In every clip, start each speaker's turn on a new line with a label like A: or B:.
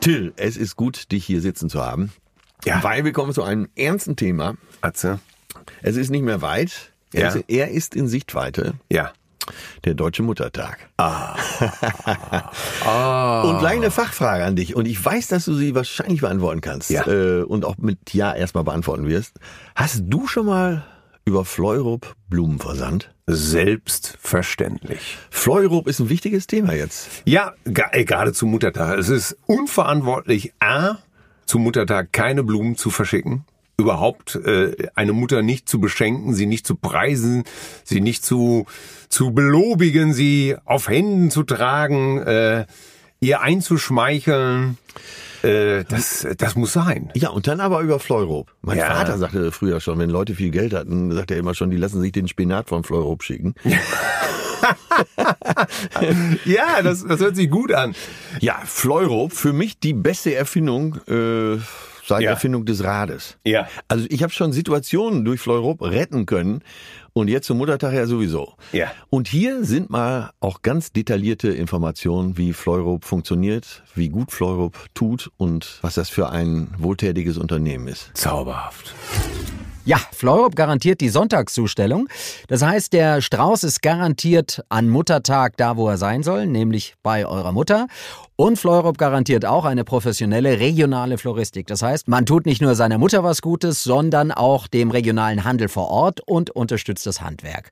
A: Till, es ist gut, dich hier sitzen zu haben, ja. weil wir kommen zu einem ernsten Thema.
B: Atze?
A: Es ist nicht mehr weit. Er,
B: Ja.
A: ist, er ist in Sichtweite,
B: Ja. Ah.
A: der Deutsche Muttertag. Und gleich eine Fachfrage an dich. Und ich weiß, dass du sie wahrscheinlich beantworten kannst.
B: Ja.
A: Äh, und auch mit Ja erstmal beantworten wirst. Hast du schon mal über Fleurup Blumen versandt?
B: Selbstverständlich.
A: Fleurup ist ein wichtiges Thema jetzt.
B: Ja, ge- äh, gerade zum Muttertag. Es ist unverantwortlich, A, zum Muttertag keine Blumen zu verschicken. Überhaupt äh, eine Mutter nicht zu beschenken, sie nicht zu preisen, sie nicht zu, zu belobigen, sie auf Händen zu tragen, äh, ihr einzuschmeicheln. Äh, das, das muss sein.
A: Ja, und dann aber über Fleurup. Mein
B: Ja.
A: Vater sagte früher schon, wenn Leute viel Geld hatten, sagt er immer schon, die lassen sich den Spinat von Fleurup schicken.
B: Ja, das, das hört sich gut an.
A: Ja, Fleurup, für mich die beste Erfindung äh, seit
B: Ja.
A: Erfindung des Rades.
B: Ja.
A: Also ich habe schon Situationen durch Fleurup retten können und jetzt zum Muttertag ja sowieso.
B: Ja.
A: Und hier sind mal auch ganz detaillierte Informationen, wie Fleurup funktioniert, wie gut Fleurup tut und was das für ein wohltätiges Unternehmen ist.
B: Zauberhaft.
C: Ja, Fleurup garantiert die Sonntagszustellung. Das heißt, der Strauß ist garantiert an Muttertag da, wo er sein soll, nämlich bei eurer Mutter. Und Fleurup garantiert auch eine professionelle regionale Floristik. Das heißt, man tut nicht nur seiner Mutter was Gutes, sondern auch dem regionalen Handel vor Ort und unterstützt das Handwerk.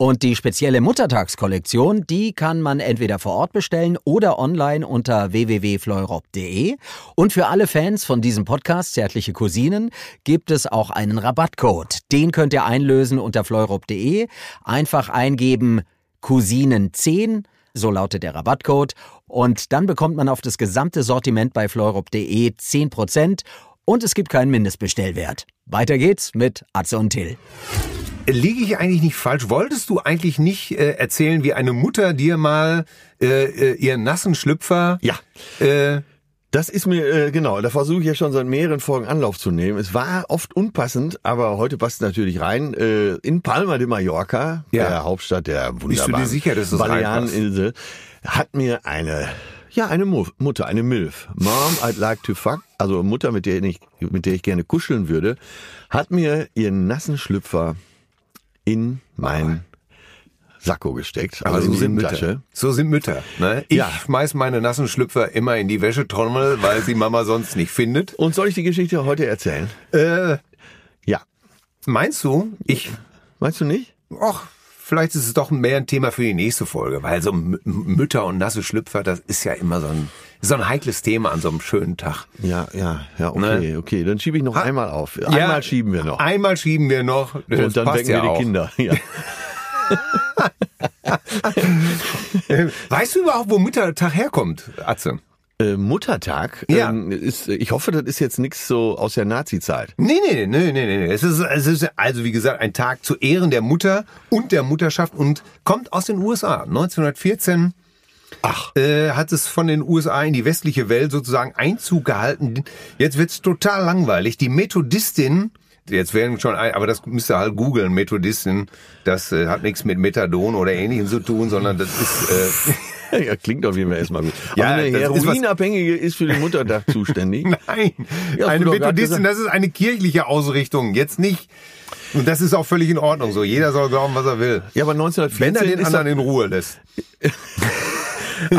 C: Und die spezielle Muttertagskollektion, die kann man entweder vor Ort bestellen oder online unter www.fleurop.de. Und für alle Fans von diesem Podcast Zärtliche Cousinen gibt es auch einen Rabattcode. Den könnt ihr einlösen unter fleurop.de. Einfach eingeben Cousinen10, so lautet der Rabattcode. Und dann bekommt man auf das gesamte Sortiment bei fleurop.de 10% und es gibt keinen Mindestbestellwert. Weiter geht's mit Atze und Till.
B: Liege ich eigentlich nicht falsch? Wolltest du eigentlich nicht äh, erzählen, wie eine Mutter dir mal äh, äh, ihren nassen Schlüpfer?
A: Ja.
B: Äh,
A: Das ist mir, äh, genau, da versuche ich ja schon seit mehreren Folgen Anlauf zu nehmen. Es war oft unpassend, aber heute passt es natürlich rein. Äh, in Palma de Mallorca,
B: Ja.
A: der Hauptstadt der
B: du
A: wunderbaren
B: dir sicher, dass es
A: Baleareninsel, hat mir eine, ja, eine Mu Mutter, eine Milf, Mom I'd like to fuck, also Mutter, mit der, ich, mit der ich gerne kuscheln würde, hat mir ihren nassen Schlüpfer in mein Sakko gesteckt, also in die Innentasche.
B: Mütter. So sind Mütter. Ne? Ich
A: Ja.
B: schmeiß meine nassen Schlüpfer immer in die Wäschetrommel, weil sie Mama sonst nicht findet.
A: Und soll ich die Geschichte heute erzählen?
B: Äh,
A: Ja.
B: meinst du? Ich.
A: Meinst du nicht?
B: Och, vielleicht ist es doch mehr ein Thema für die nächste Folge, weil so M Mütter und nasse Schlüpfer, das ist ja immer so ein so ein heikles Thema an so einem schönen Tag.
A: Ja, ja, ja, okay, okay. Dann schiebe ich noch einmal auf. Einmal
B: Ne? Ja,
A: schieben wir noch.
B: Einmal schieben wir noch. Das
A: und dann
B: passt
A: wecken
B: ja
A: wir die
B: auch.
A: Kinder. Ja.
B: Weißt du überhaupt, wo Muttertag herkommt, Atze?
A: Äh, Muttertag
B: Ja.
A: ähm, ist, ich hoffe, das ist jetzt nichts so aus der Nazi-Zeit.
B: Nee, nee, nee, nee, nee. nee. Es ist, es ist also, wie gesagt, ein Tag zu Ehren der Mutter und der Mutterschaft und kommt aus den USA. 1914 Ach. Äh, hat es von den USA in die westliche Welt sozusagen Einzug gehalten. Jetzt wird's total langweilig. Die Methodistin, jetzt werden schon, ein, aber das müsst ihr halt googeln, Methodistin, das äh, hat nichts mit Methadon oder Ähnlichem zu tun, sondern das ist... Äh,
A: Ja, klingt auf jeden Fall erstmal gut.
B: Ja,
A: Aber eine
B: das ist was-
A: Heroinabhängige ist für den Muttertag zuständig.
B: Nein,
A: Ja, hast
B: eine
A: du doch grad
B: Methodistin,
A: gesagt.
B: das ist eine kirchliche Ausrichtung, jetzt nicht. Und das ist auch völlig in Ordnung so. Jeder soll glauben, was er will.
A: Ja, aber
B: Wenn er
A: 1914
B: den
A: ist
B: anderen in Ruhe lässt.
A: doch,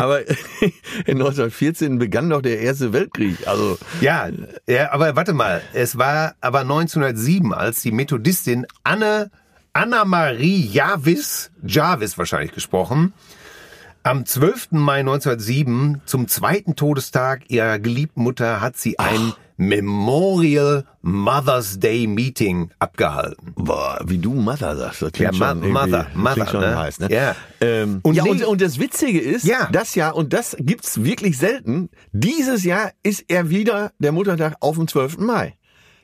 A: aber in 1914 begann doch der Erste Weltkrieg. Also
B: Ja, ja, aber warte mal. Es war aber 1907, als die Methodistin Anne, Anna Marie Jarvis, Jarvis wahrscheinlich gesprochen, am 12. Mai 1907 zum zweiten Todestag ihrer geliebten Mutter hat sie ein Memorial Mother's Day Meeting abgehalten.
A: Boah, wie du Mother sagst, das klingt
B: Ja, Ma-
A: schon irgendwie-
B: Mother, Mother,
A: klingt schon
B: ne?
A: heiß, ne?
B: Ja.
A: Ähm,
B: Und
A: ja und,
B: nee.
A: und das Witzige ist,
B: Ja.
A: das Jahr, und das gibt's wirklich selten, dieses Jahr ist er wieder der Muttertag auf dem 12. Mai.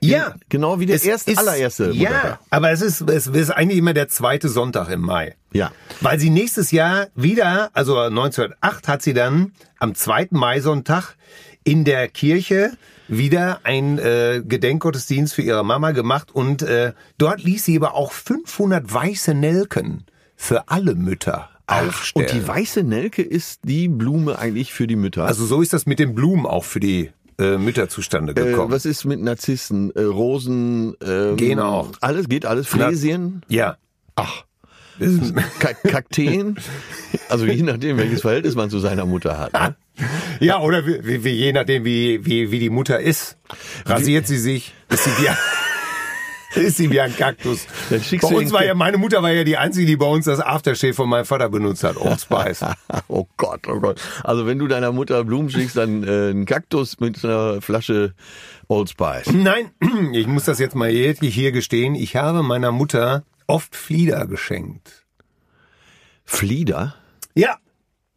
B: Ja,
A: Genau wie der erste, allererste
B: Ja,
A: Muttertag.
B: aber es ist, es ist eigentlich immer der zweite Sonntag im Mai.
A: Ja.
B: Weil sie nächstes Jahr wieder, also 1908 hat sie dann am zweiten Maisonntag in der Kirche wieder ein äh, Gedenkgottesdienst für ihre Mama gemacht und äh, dort ließ sie aber auch 500 weiße Nelken für alle Mütter aufstellen.
A: Und die weiße Nelke ist die Blume eigentlich für die Mütter.
B: also so ist das mit den Blumen auch für die äh, Mütter zustande
A: äh,
B: gekommen.
A: was ist mit Narzissen, äh, Rosen? Ähm,
B: Gehen auch.
A: Alles geht alles. Fräsien,
B: ja. Ach.
A: Ka Kakteen. also je nachdem, welches Verhältnis man zu seiner Mutter hat. Ne?
B: Ja, oder wie, wie, wie, je nachdem, wie, wie, wie die Mutter ist. Rasiert sie sich? Ist sie wie ein, ist sie wie ein Kaktus?
A: Dann schickst
B: Bei
A: du
B: uns
A: ihn-
B: war ja, meine Mutter war ja die Einzige, die bei uns das Aftershave von meinem Vater benutzt hat. Old Spice.
A: Oh Gott, oh Gott. Also wenn du deiner Mutter Blumen schickst, dann äh, einen Kaktus mit einer Flasche Old Spice.
B: Nein, ich muss das jetzt mal wirklich hier gestehen. Ich habe meiner Mutter oft Flieder geschenkt.
A: Flieder?
B: Ja.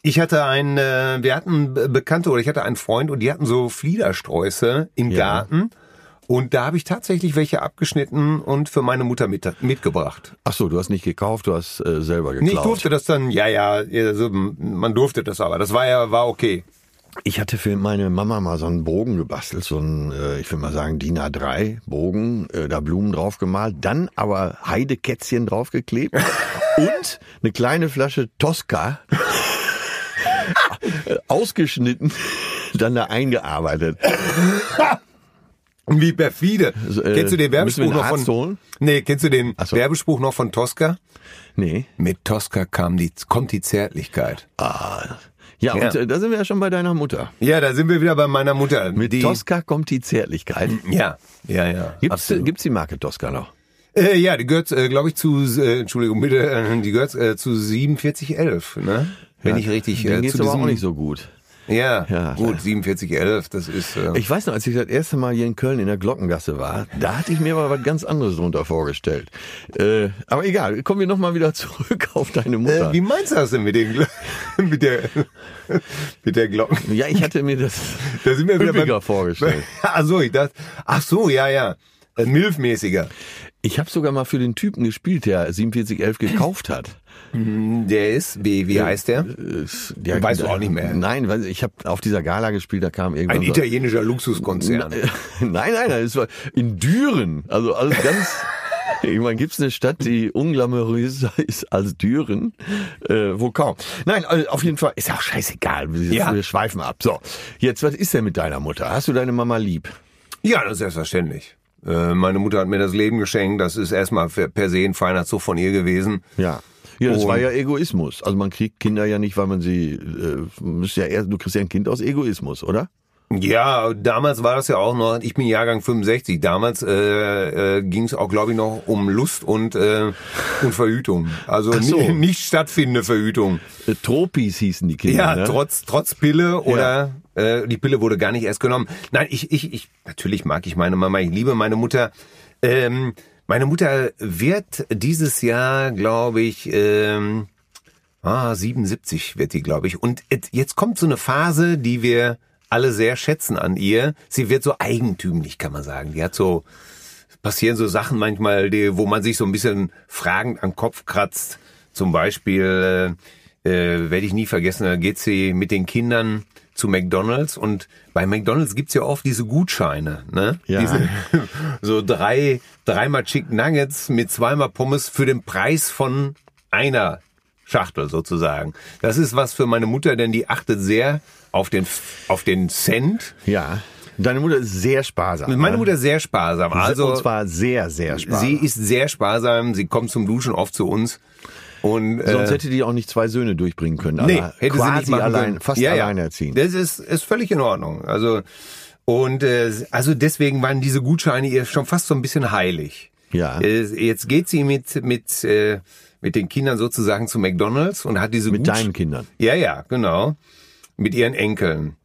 B: Ich hatte einen, äh, wir hatten Be- Bekannte oder ich hatte einen Freund und die hatten so Fliedersträuße im Garten. Und da habe ich tatsächlich welche abgeschnitten und für meine Mutter mit, mitgebracht.
A: Ach so, du hast nicht gekauft, du hast äh, selber
B: Nee, ich
A: geklaut.
B: durfte das dann, ja, ja, also, m- man durfte das aber. Das war ja, war okay.
A: Ich hatte für meine Mama mal so einen Bogen gebastelt, so einen, äh, ich will mal sagen, DIN A3 Bogen, äh, da Blumen drauf gemalt, dann aber Heidekätzchen draufgeklebt und eine kleine Flasche Tosca äh, ausgeschnitten, dann da eingearbeitet.
B: Und wie perfide.
A: Also, äh,
B: kennst du
A: müssen wir
B: den Werbespruch
A: einen
B: noch
A: Arzt
B: von,
A: holen?
B: nee, kennst du den
A: Ach so.
B: Werbespruch noch von Tosca?
A: Nee.
B: Mit Tosca kam die, kommt die Zärtlichkeit.
A: Ah. Ja,
B: Ja.
A: und äh, da sind wir ja schon bei deiner Mutter.
B: Ja, da sind wir wieder bei meiner Mutter.
A: Mit
B: die,
A: Tosca kommt die Zärtlichkeit.
B: Ja, ja, ja.
A: Gibt's,
B: absolut.
A: gibt's die Marke Tosca noch?
B: Äh, ja, die gehört, äh, glaube ich, zu, äh, Entschuldigung, bitte, äh, die gehört äh, zu 4711, ne? Wenn ich richtig,
A: Denen
B: äh,
A: geht's
B: zu
A: aber
B: diesem,
A: auch nicht so gut.
B: Ja,
A: Ja,
B: gut,
A: ja.
B: 4711, das ist, äh,
A: Ich weiß noch, als ich das erste Mal hier in Köln in der Glockengasse war, da hatte ich mir mal was ganz anderes drunter vorgestellt. Äh, aber egal, kommen wir nochmal wieder zurück auf deine Mutter.
B: äh, wie meinst du das denn mit den, Glo- mit der, mit der Glocken?
A: ja, ich hatte mir das
B: Da sind wir wieder
A: üppiger
B: beim-
A: vorgestellt.
B: Ach so, ich dachte, ach so, ja, ja. Äh, Milfmäßiger.
A: Ich habe sogar mal für den Typen gespielt, der 4711 gekauft hat.
B: Der ist, wie, wie heißt der?
A: Äh, Der,
B: Weißt du auch nicht mehr.
A: Nein, weil ich habe auf dieser Gala gespielt, da kam irgendwann
B: Ein
A: so,
B: italienischer Luxuskonzern.
A: äh, Nein, nein, nein, es war in Düren. Also alles ganz. Ich meine, gibt's eine Stadt, die unglamouröser ist als Düren? Äh, wo kaum. Nein, also auf jeden Fall ist ja auch scheißegal. Wir,
B: Ja.
A: wir schweifen ab. So, jetzt, was ist denn mit deiner Mutter? Hast du deine Mama lieb?
B: Ja, das ist selbstverständlich. Äh, Meine Mutter hat mir das Leben geschenkt. Das ist erstmal per per se ein feiner Zug von ihr gewesen.
A: Ja. Ja, das
B: Und-
A: war ja Egoismus. Also man kriegt Kinder ja nicht, weil man sie äh, müsst ja erst, du kriegst ja ein Kind aus Egoismus, oder?
B: Ja, damals war das ja auch noch, ich bin Jahrgang 65, damals äh, äh, ging es auch, glaube ich, noch um Lust und, äh, und Verhütung. Also
A: Ach so.
B: ni- nicht stattfindende Verhütung.
A: Äh, Tropis hießen die Kinder.
B: Ja,
A: ne?
B: trotz, trotz Pille oder äh, die Pille wurde gar nicht erst genommen. Nein, ich, ich, ich, natürlich mag ich meine Mama, ich liebe meine Mutter. Ähm, meine Mutter wird dieses Jahr, glaube ich, ähm, Ah, 77 wird die, glaube ich. Und et- jetzt kommt so eine Phase, die wir alle sehr schätzen an ihr. Sie wird so eigentümlich, kann man sagen. Die hat so, passieren so Sachen manchmal, die, wo man sich so ein bisschen fragend am Kopf kratzt. Zum Beispiel, äh, äh, werde ich nie vergessen, da geht sie mit den Kindern zu McDonalds und bei McDonalds gibt's ja oft diese Gutscheine, ne?
A: Ja.
B: Diese, so drei, dreimal Chicken Nuggets mit zweimal Pommes für den Preis von einer Schachtel sozusagen. Das ist was für meine Mutter, denn die achtet sehr auf den, auf den Cent.
A: Ja. Deine Mutter ist sehr sparsam.
B: Meine
A: ne?
B: Mutter ist sehr sparsam. Also,
A: und zwar sehr, sehr sparsam.
B: sie ist sehr sparsam. Sie kommt zum Duschen oft zu uns. Und, äh,
A: Sonst hätte die auch nicht zwei Söhne durchbringen können.
B: Nee,
A: aber
B: hätte
A: quasi
B: sie nicht machen
A: allein,
B: können.
A: fast
B: ja,
A: allein
B: ja.
A: erziehen.
B: Das ist, ist völlig in Ordnung. Also und äh, also deswegen waren diese Gutscheine ihr schon fast so ein bisschen heilig.
A: Ja.
B: Äh, jetzt geht sie mit mit äh, mit den Kindern sozusagen zu McDonald's und hat diese
A: Mit
B: Gutsch-
A: deinen Kindern.
B: Ja, ja, genau. Mit ihren Enkeln.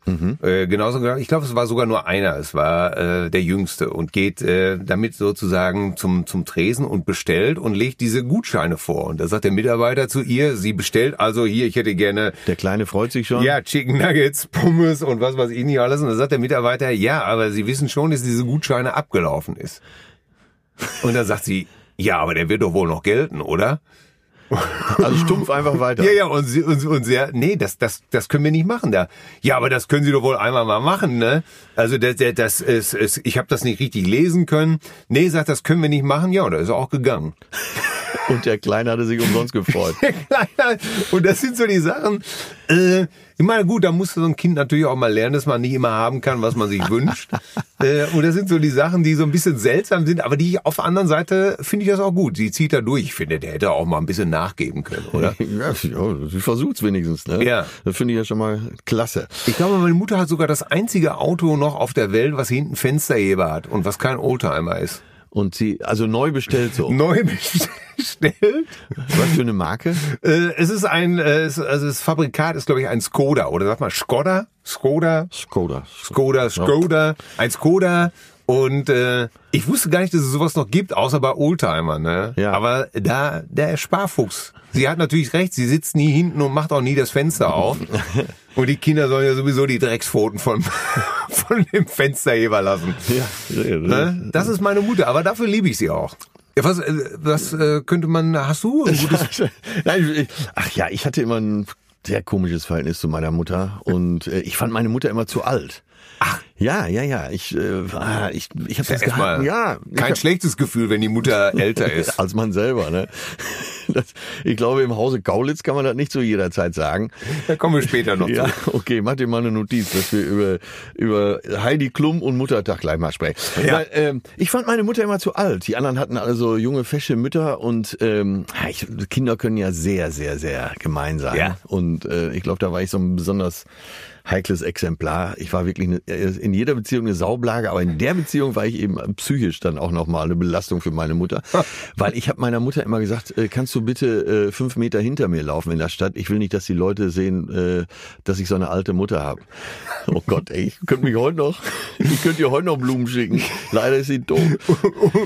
B: Äh, genauso, ich glaube, es war sogar nur einer. Es war äh, der Jüngste und geht äh, damit sozusagen zum, zum Tresen und bestellt und legt diese Gutscheine vor. Und da sagt der Mitarbeiter zu ihr, sie bestellt also hier, ich hätte gerne
A: Der Kleine freut sich schon.
B: ja, Chicken Nuggets, Pommes und was weiß ich nicht alles. Und dann sagt der Mitarbeiter, ja, aber Sie wissen schon, dass diese Gutscheine abgelaufen ist. Und dann sagt sie, ja, aber der wird doch wohl noch gelten, oder?
A: Also stumpf einfach weiter.
B: Ja, ja, und sie, und, und sie, nee, das, das, das können wir nicht machen da. Ja, aber das können Sie doch wohl einmal mal machen, ne? Also das, das, das ist, ist, ich habe das nicht richtig lesen können. Nee, sagt, das können wir nicht machen. Ja, und da ist er auch gegangen.
A: Und der Kleine hatte sich umsonst gefreut.
B: Kleiner. Und das sind so die Sachen. Äh, ich meine, gut, da muss so ein Kind natürlich auch mal lernen, dass man nicht immer haben kann, was man sich wünscht. Äh, und das sind so die Sachen, die so ein bisschen seltsam sind, aber die auf der anderen Seite finde ich das auch gut. Sie zieht da durch. Ich finde, der hätte auch mal ein bisschen nachgeben können, oder?
A: Ja, sie versucht's wenigstens, ne?
B: Ja.
A: Das finde ich ja schon mal klasse.
B: Ich glaube, meine Mutter hat sogar das einzige Auto noch auf der Welt, was hinten Fensterheber hat und was kein Oldtimer ist.
A: Und sie, also neu bestellt so.
B: Neu bestellt.
A: Was für eine Marke?
B: Äh, es ist ein, äh, es, also das Fabrikat ist, glaube ich, ein Skoda oder sag mal Skoda? Skoda?
A: Skoda.
B: Skoda, Skoda, ein Skoda. Und äh, ich wusste gar nicht, dass es sowas noch gibt, außer bei Oldtimer. Ne?
A: Ja.
B: Aber da der Sparfuchs. Sie hat natürlich recht, sie sitzt nie hinten und macht auch nie das Fenster auf. und die Kinder sollen ja sowieso die Dreckspfoten von, von dem Fensterheber lassen.
A: Ja.
B: Ne? Das ist meine Mutter, aber dafür liebe ich sie auch. Ja, was, äh, was äh, könnte man, hast du ein gutes...
A: Nein, ich- ach ja, ich hatte immer ein sehr komisches Verhältnis zu meiner Mutter und äh, ich fand meine Mutter immer zu alt. Ach. Ja, ja, ja. Ich, äh, ah, ich, ich habe das gehabt.
B: Erstmal
A: Ja, ich
B: kein
A: hab-
B: schlechtes Gefühl, wenn die Mutter älter ist.
A: als man selber. Ne? Das, ich glaube, im Hause Kaulitz kann man das nicht zu jeder Zeit sagen.
B: Da kommen wir später noch
A: Ja,
B: zu.
A: okay, mach dir mal eine Notiz, dass wir über, über Heidi Klum und Muttertag gleich mal sprechen.
B: Ja.
A: Weil, ähm, ich fand meine Mutter immer zu alt. Die anderen hatten alle so junge, fesche Mütter und ähm, ich, Kinder können ja sehr, sehr, sehr gemein sein.
B: Ja.
A: Und äh, ich glaube, da war ich so ein besonders heikles Exemplar. Ich war wirklich eine, äh, in jeder Beziehung eine Saublage, aber in der Beziehung war ich eben psychisch dann auch nochmal eine Belastung für meine Mutter. Weil ich habe meiner Mutter immer gesagt, äh, kannst du bitte äh, fünf Meter hinter mir laufen in der Stadt? Ich will nicht, dass die Leute sehen, äh, dass ich so eine alte Mutter habe. Oh Gott, ey, ich könnte mich heute noch, ich könnte ihr heute noch Blumen schicken. Leider ist sie doof.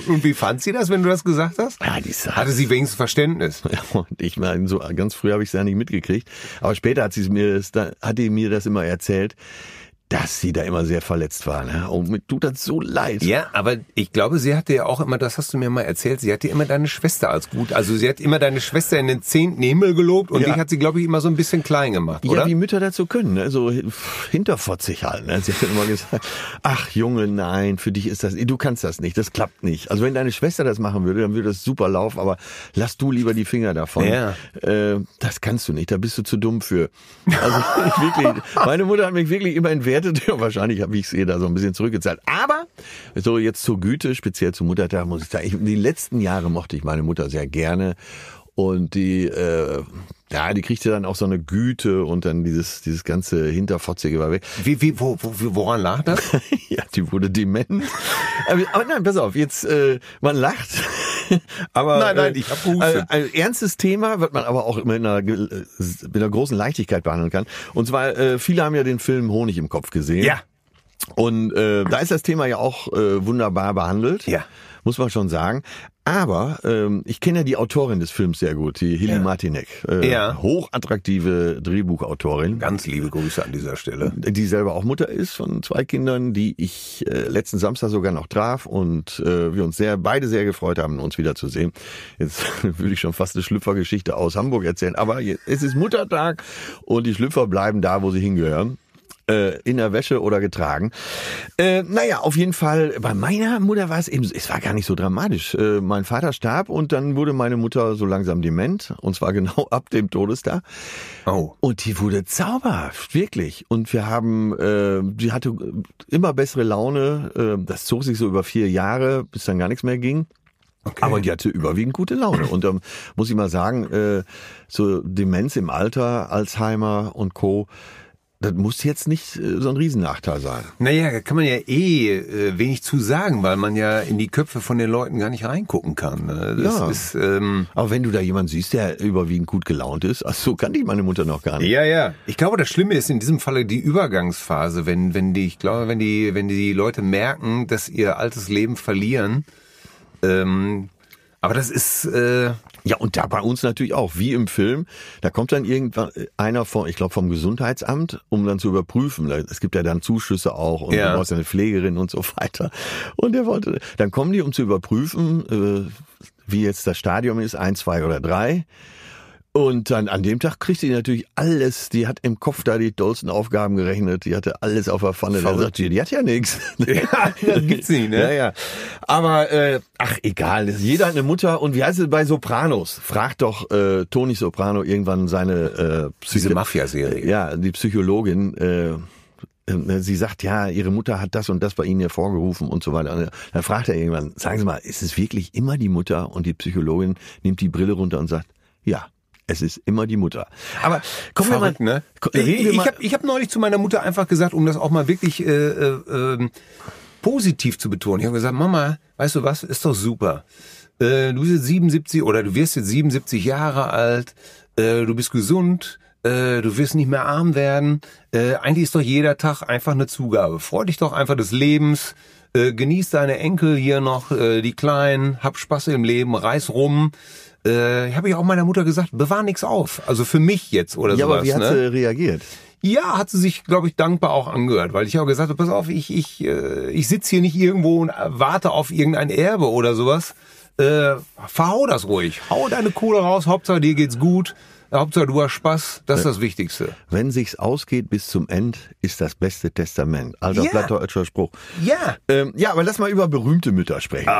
B: Und wie fand sie das, wenn du das gesagt hast?
A: Ja, die halt sagt,
B: Hatte sie wenigstens Verständnis?
A: Ja, und ich meine, so ganz früh habe ich es ja nicht mitgekriegt. Aber später hat sie es mir, das- da- hat die mir das immer erzählt, dass sie da immer sehr verletzt war. Ne? Und mir tut das so leid.
B: Ja, aber ich glaube, sie hatte ja auch immer, das hast du mir mal erzählt, sie hatte immer deine Schwester als gut. Also sie hat immer deine Schwester in den zehnten Himmel gelobt und
A: Ja.
B: dich hat sie, glaube ich, immer so ein bisschen klein gemacht,
A: Ja,
B: oder?
A: wie Mütter dazu können, ne? so pff, hinterfotzig halt. Ne? Sie hat dann immer gesagt, ach Junge, nein, für dich ist das, du kannst das nicht, das klappt nicht. Also wenn deine Schwester das machen würde, dann würde das super laufen, aber lass du lieber die Finger davon.
B: Ja.
A: Äh, das kannst du nicht, da bist du zu dumm für. Also ich wirklich, meine Mutter hat mich wirklich immer entwertet, ja, wahrscheinlich habe ich es ihr da so ein bisschen zurückgezahlt. Aber so jetzt zur Güte, speziell zum Muttertag muss ich sagen, ich, die letzten Jahre mochte ich meine Mutter sehr gerne und die, äh, ja, die kriegte dann auch so eine Güte und dann dieses, dieses ganze Hinterfotzige war weg.
B: Wie, wie, wo, wo, wie- woran lag das?
A: ja, die wurde dement. aber, aber nein, pass auf, jetzt, äh, man lacht. aber,
B: Nein, nein,
A: äh,
B: ich hab gehustet.
A: Ein, ein ernstes Thema, was man aber auch mit einer, ge- äh, mit einer großen Leichtigkeit behandeln kann. Und zwar, äh, viele haben ja den Film Honig im Kopf gesehen. Und äh, da ist das Thema ja auch äh, wunderbar behandelt.
B: Ja.
A: Muss man schon sagen. Aber ähm, ich kenne ja die Autorin des Films sehr gut, die Hilly Martinek. Äh,
B: Ja.
A: Hochattraktive Drehbuchautorin.
B: Ganz liebe Grüße an dieser Stelle.
A: die selber auch Mutter ist von zwei Kindern, die ich äh, letzten Samstag sogar noch traf und äh, wir uns sehr beide sehr gefreut haben, uns wiederzusehen. Jetzt würde ich schon fast eine Schlüpfergeschichte aus Hamburg erzählen, aber je- es ist Muttertag und die Schlüpfer bleiben da, wo sie hingehören. Äh, in der Wäsche oder getragen. Äh, naja, auf jeden Fall, bei meiner Mutter war es eben, so- es war gar nicht so dramatisch. Äh, mein Vater starb und dann wurde meine Mutter so langsam dement, und zwar genau ab dem Todestag.
B: Oh.
A: Und die wurde zauberhaft, wirklich. Und wir haben, äh, die hatte äh, immer bessere Laune. Äh, das zog sich so über vier Jahre, bis dann gar nichts mehr ging. Aber die hatte überwiegend gute Laune. Und da muss ich mal sagen, äh, so Demenz im Alter, Alzheimer und Co., das muss jetzt nicht äh, so ein Riesennachteil sein.
B: Naja, da kann man ja eh äh, wenig zu sagen, weil man ja in die Köpfe von den Leuten gar nicht reingucken kann. Ne? Das
A: Ja.
B: ist, ähm,
A: Aber wenn du da jemanden siehst, der überwiegend gut gelaunt ist, ach so kann die meine Mutter noch gar nicht.
B: Ja, ja. Ich glaube, das Schlimme ist in diesem Falle die Übergangsphase, wenn, wenn die, ich glaube, wenn die, wenn die Leute merken, dass ihr altes Leben verlieren. Ähm, aber das ist, äh,
A: Ja, und da bei uns natürlich auch, wie im Film, da kommt dann irgendwann äh, einer von, ich glaube vom Gesundheitsamt, um dann zu überprüfen. Es gibt ja dann Zuschüsse auch und
B: Ja.
A: du brauchst ja eine Pflegerin und so weiter. Und der wollte, dann kommen die, um zu überprüfen, äh, wie jetzt das Stadium ist, ein, zwei oder drei. Und dann an dem Tag kriegt sie natürlich alles, die hat im Kopf da die dollsten Aufgaben gerechnet, die hatte alles auf der Pfanne. Da
B: Verrückt.
A: sagt sie, die hat ja nichts.
B: ja, das gibt's nicht, ne?
A: Ja, ja. Aber, äh, ach, egal. das ist- Jeder hat eine Mutter. Und wie heißt es bei Sopranos? Fragt doch äh, Toni Soprano irgendwann seine äh,
B: Diese
A: Psycho-
B: Mafia-Serie.
A: Ja, die Psychologin. Äh, äh, sie sagt, ja, ihre Mutter hat das und das bei ihnen hervorgerufen und so weiter. Und Dann fragt er irgendwann, sagen Sie mal, ist es wirklich immer die Mutter? Und die Psychologin nimmt die Brille runter und sagt, ja. Es ist immer die Mutter. Aber kommen wir mal,
B: Verrückt, ne?
A: ko- reden wir
B: Ich
A: mal-
B: habe ich hab neulich zu meiner Mutter einfach gesagt, um das auch mal wirklich äh, äh, ähm, positiv zu betonen. Ich habe gesagt, Mama, weißt du was, ist doch super. Äh, du bist jetzt 77 oder du wirst jetzt 77 Jahre alt, äh, du bist gesund, äh, du wirst nicht mehr arm werden. Äh, eigentlich ist doch jeder Tag einfach eine Zugabe. Freu dich doch einfach des Lebens. Äh, genieß deine Enkel hier noch, äh, die Kleinen, hab Spaß im Leben, reiß rum. Äh, habe ich auch meiner Mutter gesagt, bewahr nichts auf. Also für mich jetzt oder
A: ja,
B: sowas.
A: aber wie hat
B: ne?
A: sie reagiert?
B: Ja, hat sie sich, glaube ich, dankbar auch angehört, weil ich auch gesagt habe, pass auf, ich, ich, äh, ich sitze hier nicht irgendwo und äh, warte auf irgendein Erbe oder sowas. Äh, verhau das ruhig. Hau deine Kohle raus, Hauptsache dir geht's gut, Hauptsache du hast Spaß, das ist das Wichtigste.
A: Wenn sich's ausgeht bis zum End, ist das beste Testament. Alter
B: Ja.
A: plattdeutscher Spruch.
B: Ja.
A: Ähm, ja, aber lass mal über berühmte Mütter sprechen.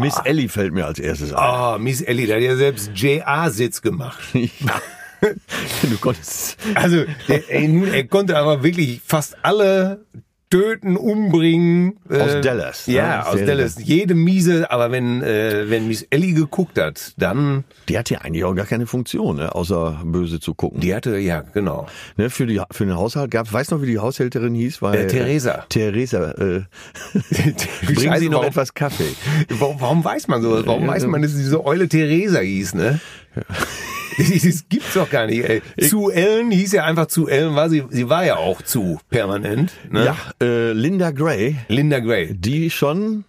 A: Miss Ellie fällt mir als erstes ein.
B: Ah, Miss Ellie, da hat ja selbst JR-Sitz gemacht.
A: Du konntest.
B: Also, der, ey, nun, er konnte aber wirklich fast alle töten, umbringen. äh,
A: Aus Dallas, ne?
B: Ja,
A: Aus
B: aus
A: Dallas.
B: Dallas. Jede miese, aber wenn, äh, wenn Miss Ellie geguckt hat, dann,
A: Die hat ja eigentlich auch gar keine Funktion, ne? außer böse zu gucken.
B: die hatte, ja, genau.
A: ne? für, die, für den Haushalt gab's. Weißt du noch, wie die Haushälterin hieß? Weil,
B: Äh, Theresa.
A: Theresa. Äh, bringen
B: Scheiße,
A: Sie noch
B: Also, warum-
A: etwas Kaffee.
B: Warum, warum weiß man sowas? Warum weiß man, dass diese Eule Theresa hieß, ne? Das gibt's doch gar nicht, ey. Zu Ellen hieß ja einfach zu Ellen, war sie, sie war ja auch zu permanent, ne?
A: Ja, äh, Linda Gray,
B: Linda Gray.
A: die schon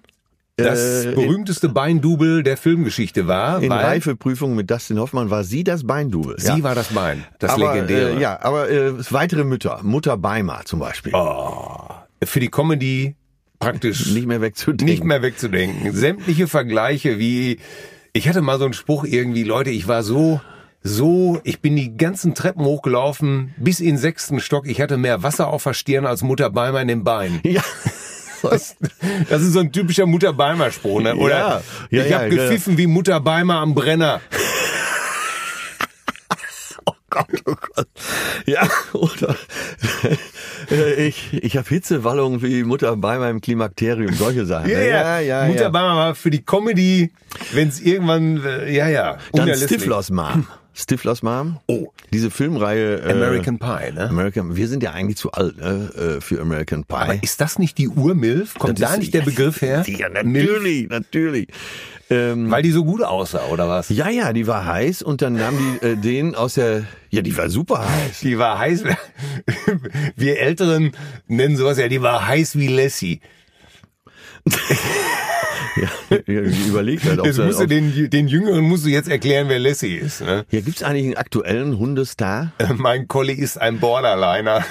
B: Das
A: äh,
B: berühmteste Beindubel der Filmgeschichte war,
A: in
B: weil
A: Reifeprüfung mit Dustin Hoffmann war sie das Beindubel.
B: sie war das Bein, das
A: aber,
B: legendäre.
A: Äh, ja, aber äh, weitere Mütter. Mutter Beimer zum Beispiel.
B: Oh. Für die Comedy praktisch
A: Nicht mehr wegzudenken.
B: Nicht mehr wegzudenken. Sämtliche Vergleiche wie, ich hatte mal so einen Spruch irgendwie, Leute, ich war so, so, ich bin die ganzen Treppen hochgelaufen bis in den sechsten Stock. Ich hatte mehr Wasser auf der Stirn als Mutter Beimer in den Beinen.
A: Ja.
B: Das, das ist so ein typischer Mutter Beimer Spruch, ne? Oder
A: Ja. Ja,
B: ich
A: ja,
B: habe
A: genau.
B: gepfiffen wie Mutter Beimer am Brenner.
A: Gott, oh Gott. Ja, oder äh, ich, ich habe Hitzewallungen wie Mutter bei meinem Klimakterium, solche Sachen. ne?
B: Mutter Beimer war für die Comedy, wenn es irgendwann, äh, ja, ja.
A: Dann
B: unerlässlich. Hm.
A: Stiflos Mom. Stiflers Mom.
B: Oh.
A: Diese Filmreihe. äh,
B: American Pie, ne?
A: American, wir sind ja eigentlich zu alt ne, äh, für American Pie.
B: Aber ist das nicht die Urmilf? Kommt
A: Das
B: da
A: ist-
B: nicht der Begriff her?
A: Ja,
B: Milf?
A: natürlich, natürlich. Ähm,
B: Weil die so gut aussah, oder was?
A: ja, ja, die war heiß und dann nahmen die äh, den aus der. Ja, die war super heiß.
B: Die war heiß. Wir Älteren nennen sowas ja, die war heiß wie Lassie.
A: Ja, ja, die überlegt halt, ob
B: Jetzt
A: sie-
B: musst du
A: ob-
B: den, den Jüngeren musst du jetzt erklären, wer Lassie ist. Ne?
A: Ja, gibt's eigentlich einen aktuellen Hundestar?
B: Äh, Mein Collie ist ein Borderliner.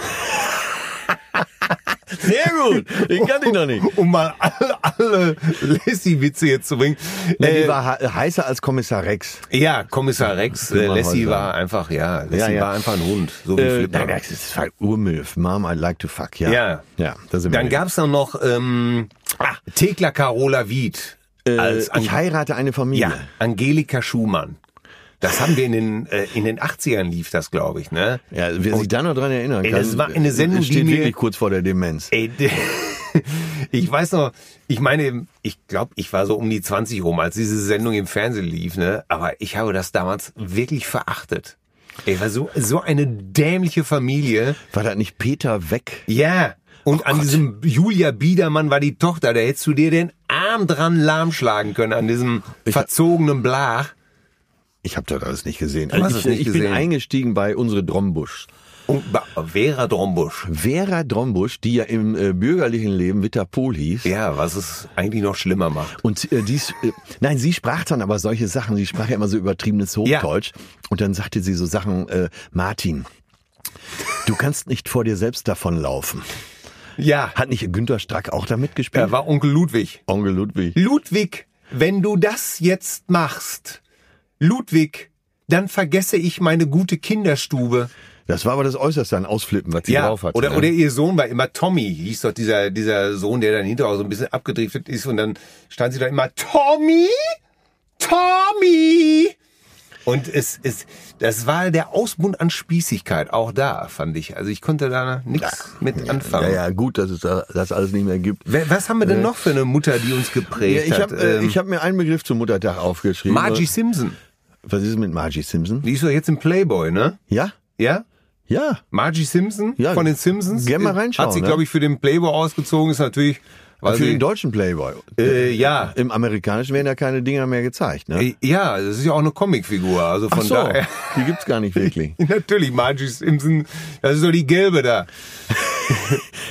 A: Sehr gut, den kann ich noch nicht.
B: Um mal alle, alle Lassie-Witze jetzt zu bringen.
A: Nee,
B: Äh,
A: die war he- heißer als Kommissar Rex.
B: ja, Kommissar Rex, äh,
A: Immer
B: Lassie
A: Häuser.
B: war einfach, ja, Lassie
A: Ja, ja.
B: war einfach ein Hund, so wie
A: Äh,
B: Flipper.
A: nein, das ist halt Urmilf. Mom, I like to fuck. Ja,
B: Ja.
A: ja das sind
B: Dann gab's dann noch ähm, ah, Thekla Carola Wied als
A: als
B: Ang
A: ich heirate eine Familie.
B: ja, Angelika Schumann. Das haben wir in den äh, in den 80ern lief das, glaube ich, ne?
A: Ja, wer sich da noch dran erinnern
B: Ey,
A: kann, äh,
B: das war eine Sendung, die
A: steht
B: mir-
A: wirklich kurz vor der Demenz.
B: Ey, d- ich weiß noch, ich meine, ich glaube, ich war so um die 20 rum, als diese Sendung im Fernsehen lief, ne? Aber ich habe das damals wirklich verachtet. Ey, war so so eine dämliche Familie.
A: War das nicht Peter Weg?
B: Ja. Oh Und an diesem Julia Biedermann war die Tochter, da hättest du dir den Arm dran lahmschlagen können, an diesem verzogenen Blach.
A: Ich habe das alles nicht gesehen.
B: hast
A: ich
B: es nicht
A: ich bin
B: gesehen.
A: eingestiegen bei unsere Drombusch.
B: Und ba- Vera Drombusch.
A: Vera Drombusch, die ja im äh, bürgerlichen Leben Witterpol hieß.
B: Ja, was es eigentlich noch schlimmer macht.
A: Und äh, dies, äh, nein, sie sprach dann aber solche Sachen. Sie sprach ja immer so übertriebenes Hochdeutsch. Und dann sagte sie so Sachen, äh, Martin, du kannst nicht vor dir selbst davonlaufen.
B: Ja,
A: Hat nicht Günter Strack auch da mitgespielt?
B: er äh, war Onkel Ludwig.
A: Onkel Ludwig.
B: Ludwig, wenn du das jetzt machst, Ludwig, dann vergesse ich meine gute Kinderstube.
A: Das war aber das Äußerste an Ausflippen, was sie
B: ja,
A: drauf hatte.
B: oder,
A: ne?
B: oder ihr Sohn war immer Tommy, hieß doch dieser, dieser Sohn, der dann hinterher auch so ein bisschen abgedriftet ist und dann stand sie da immer, Tommy, Tommy. Und es, es, das war der Ausbund an Spießigkeit, auch da, fand ich. Also ich konnte da nichts mit anfangen.
A: ja, ja, gut, dass es da- das alles nicht mehr gibt.
B: Wer- Was haben wir denn noch für eine Mutter, die uns
A: Ja,
B: geprägt
A: ich
B: hat?
A: habe äh,
B: Ähm,
A: ich hab mir einen Begriff zum Muttertag aufgeschrieben.
B: Margie Simpson.
A: Was ist mit Margie Simpson?
B: Die ist doch jetzt im Playboy, ne?
A: Ja?
B: Ja?
A: Ja.
B: Margie Simpson
A: Ja,
B: von den Simpsons.
A: gern mal
B: äh,
A: reinschauen,
B: Hat sie,
A: ne?
B: glaube ich, für den Playboy ausgezogen. Ist natürlich... Weil
A: Für
B: sie,
A: den deutschen Playboy.
B: äh, ja.
A: Im amerikanischen werden ja keine Dinger mehr gezeigt, ne?
B: Äh, Ja, das ist ja auch eine Comicfigur. Also von
A: Ach so,
B: daher...
A: die gibt's gar nicht wirklich.
B: Natürlich, Margie Simpson. Das ist doch die gelbe da.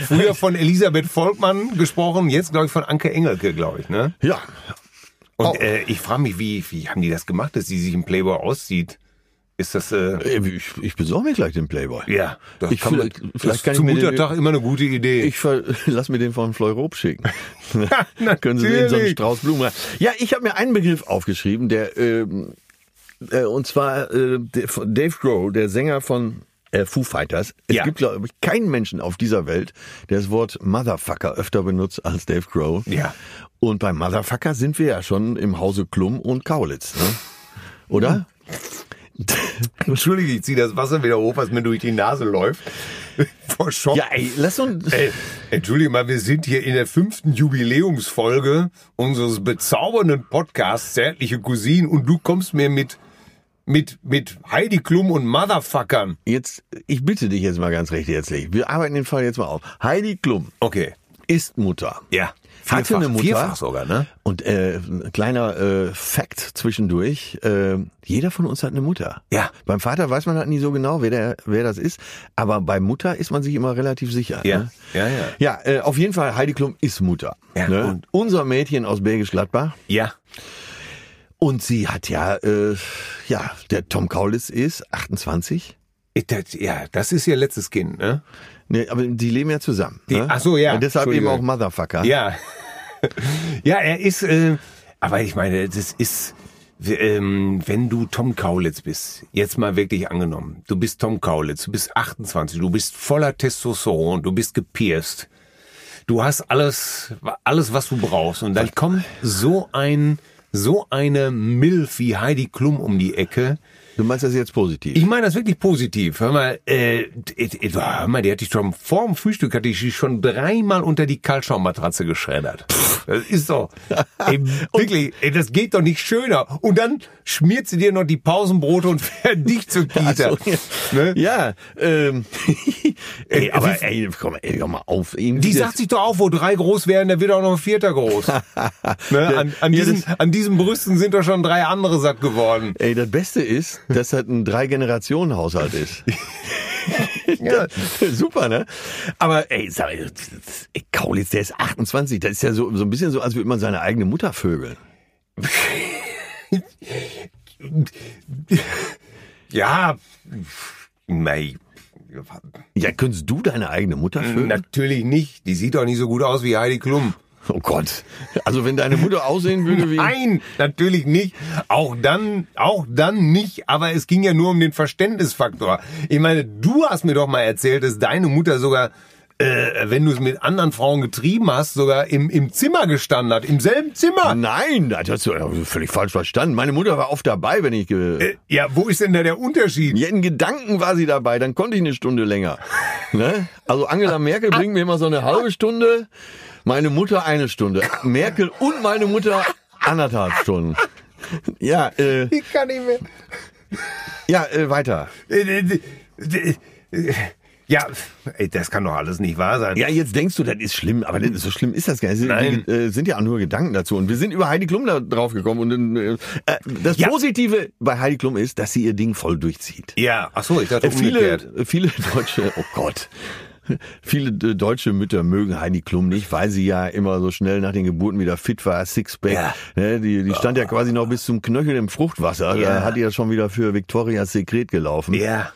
B: Früher von Elisabeth Volkmann gesprochen, jetzt, glaube ich, von Anke Engelke, glaube ich, ne?
A: Ja,
B: Und
A: Oh.
B: äh, ich frage mich, wie, wie haben die das gemacht, dass sie sich im Playboy aussieht? Ist das... Äh,
A: ich, ich besorge mir gleich den Playboy.
B: Ja, das
A: Ich
B: kann man,
A: vielleicht- vielleicht kann
B: ist zum
A: ich mir den-
B: Muttertag immer eine gute Idee.
A: Ich ver lass mir den von Fleurop schicken. Können Sie in so einen
B: Natürlich.
A: Strauß Blumen rein. Ja, ich habe mir einen Begriff aufgeschrieben, der ähm, äh, und zwar äh, der, von Dave Grohl, der Sänger von äh, Foo Fighters. Es
B: Ja.
A: gibt glaube ich keinen Menschen auf dieser Welt, der das Wort Motherfucker öfter benutzt als Dave Grohl.
B: Ja.
A: Und beim Motherfucker sind wir ja schon im Hause Klum und Kaulitz, ne? Oder?
B: Oh. Entschuldige, ich ziehe das Wasser wieder hoch, was mir durch die Nase läuft. Vor Schock.
A: Ja, ey, lass uns.
B: Ey, Entschuldige mal, wir sind hier in der fünften Jubiläumsfolge unseres bezaubernden Podcasts Zärtliche Cousinen und du kommst mir mit, mit, mit Heidi Klum und Motherfuckern.
A: Jetzt, ich bitte dich jetzt mal ganz recht herzlich. Wir arbeiten den Fall jetzt mal auf. Heidi Klum
B: Okay.
A: ist Mutter.
B: Ja.
A: Hatte eine Mutter.
B: Vierfach sogar, ne?
A: Und äh, ein kleiner äh, Fact zwischendurch: äh, Jeder von uns hat eine Mutter.
B: Ja.
A: Beim Vater weiß man halt nie so genau, wer der, wer das ist. Aber bei Mutter ist man sich immer relativ sicher.
B: Ja.
A: Ne?
B: Ja, ja.
A: Ja, äh, auf jeden Fall Heidi Klum ist Mutter.
B: Ja,
A: ne?
B: und-
A: unser Mädchen aus Bergisch Gladbach.
B: Ja.
A: Und sie hat ja, äh, ja, der Tom Kaulitz ist 28.
B: Ich- Das, ja, das ist ihr letztes Kind, ne?
A: Nee, aber die leben ja zusammen.
B: Die-
A: ne?
B: ach so, ja,
A: Und deshalb eben
B: Entschuldigung.
A: auch Motherfucker.
B: Ja. ja, er ist, äh, aber ich meine, das ist, w- ähm, wenn du Tom Kaulitz bist, jetzt mal wirklich angenommen, du bist Tom Kaulitz, du bist 28, du bist voller Testosteron, du bist gepierst, du hast alles, alles, was du brauchst und dann kommt so ein, so eine Milf wie Heidi Klum um die Ecke,
A: Du meinst das jetzt positiv?
B: Ich meine das wirklich positiv. Hör mal, äh, d- d- hör mal, die hatte ich schon vor dem Frühstück hatte ich die schon dreimal unter die Kaltschaummatratze geschreddert. Das ist doch ey, wirklich, ey, das geht doch nicht schöner. Und dann schmiert sie dir noch die Pausenbrote und fährt dich zur Kita. Ne?
A: Ja, ähm, ey, aber
B: wie-
A: ey, komm, ey, hör mal auf. Ey,
B: Die
A: das-
B: sagt sich doch auch, wo drei groß wären, da wird auch noch ein vierter groß. ne? An, an,
A: Ja,
B: diesen, an diesen Brüsten sind doch schon drei andere satt geworden.
A: Ey, das Beste ist, dass das ein Drei-Generationen-Haushalt ist. ja. Super, ne? Aber ey, sag, mal, ey, Kaulitz, der ist 28. Das ist ja so, so ein bisschen so, als würde man seine eigene Mutter vögeln.
B: Ja, mei.
A: Ja, könntest du deine eigene Mutter vögeln?
B: Natürlich nicht. Die sieht doch nicht so gut aus wie Heidi Klum.
A: Oh Gott. Also wenn deine Mutter aussehen würde wie...
B: Nein, natürlich nicht. Auch dann, auch dann nicht. Aber es ging ja nur um den Verständnisfaktor. Ich meine, du hast mir doch mal erzählt, dass deine Mutter sogar, äh, wenn du es mit anderen Frauen getrieben hast, sogar im, im Zimmer gestanden hat. Im selben Zimmer.
A: Nein, das hast du ja völlig falsch verstanden. Meine Mutter war oft dabei, wenn ich... Ge
B: Äh, Ja, wo ist denn da der Unterschied?
A: ja, in Gedanken war sie dabei, dann konnte ich eine Stunde länger. Ne? Also Angela Merkel bringt mir immer so eine halbe Stunde, meine Mutter eine Stunde. Merkel und meine Mutter anderthalb Stunden. Ja, äh,
B: Ich kann nicht mehr.
A: ja, äh, weiter.
B: Äh, d- d- d- Ja, ey, das kann doch alles nicht wahr sein.
A: Ja, jetzt denkst du, das ist schlimm, aber das- so schlimm ist das gar nicht.
B: Nein.
A: Die, äh, sind ja auch nur Gedanken dazu. Und wir sind über Heidi Klum da drauf gekommen. Und dann, äh, äh, das
B: Ja.
A: Positive bei Heidi Klum ist, dass sie ihr Ding voll durchzieht.
B: Ja, ach so, ich dachte
A: Äh, viele,
B: umgekehrt.
A: äh, viele deutsche, oh Gott, viele äh, deutsche Mütter mögen Heidi Klum nicht, weil sie ja immer so schnell nach den Geburten wieder fit war, Sixpack.
B: Ja. Oh.
A: Ne, die, die stand ja quasi noch bis zum Knöchel im Fruchtwasser. Da hat die ja schon wieder für Victorias Sekret gelaufen.
B: Ja.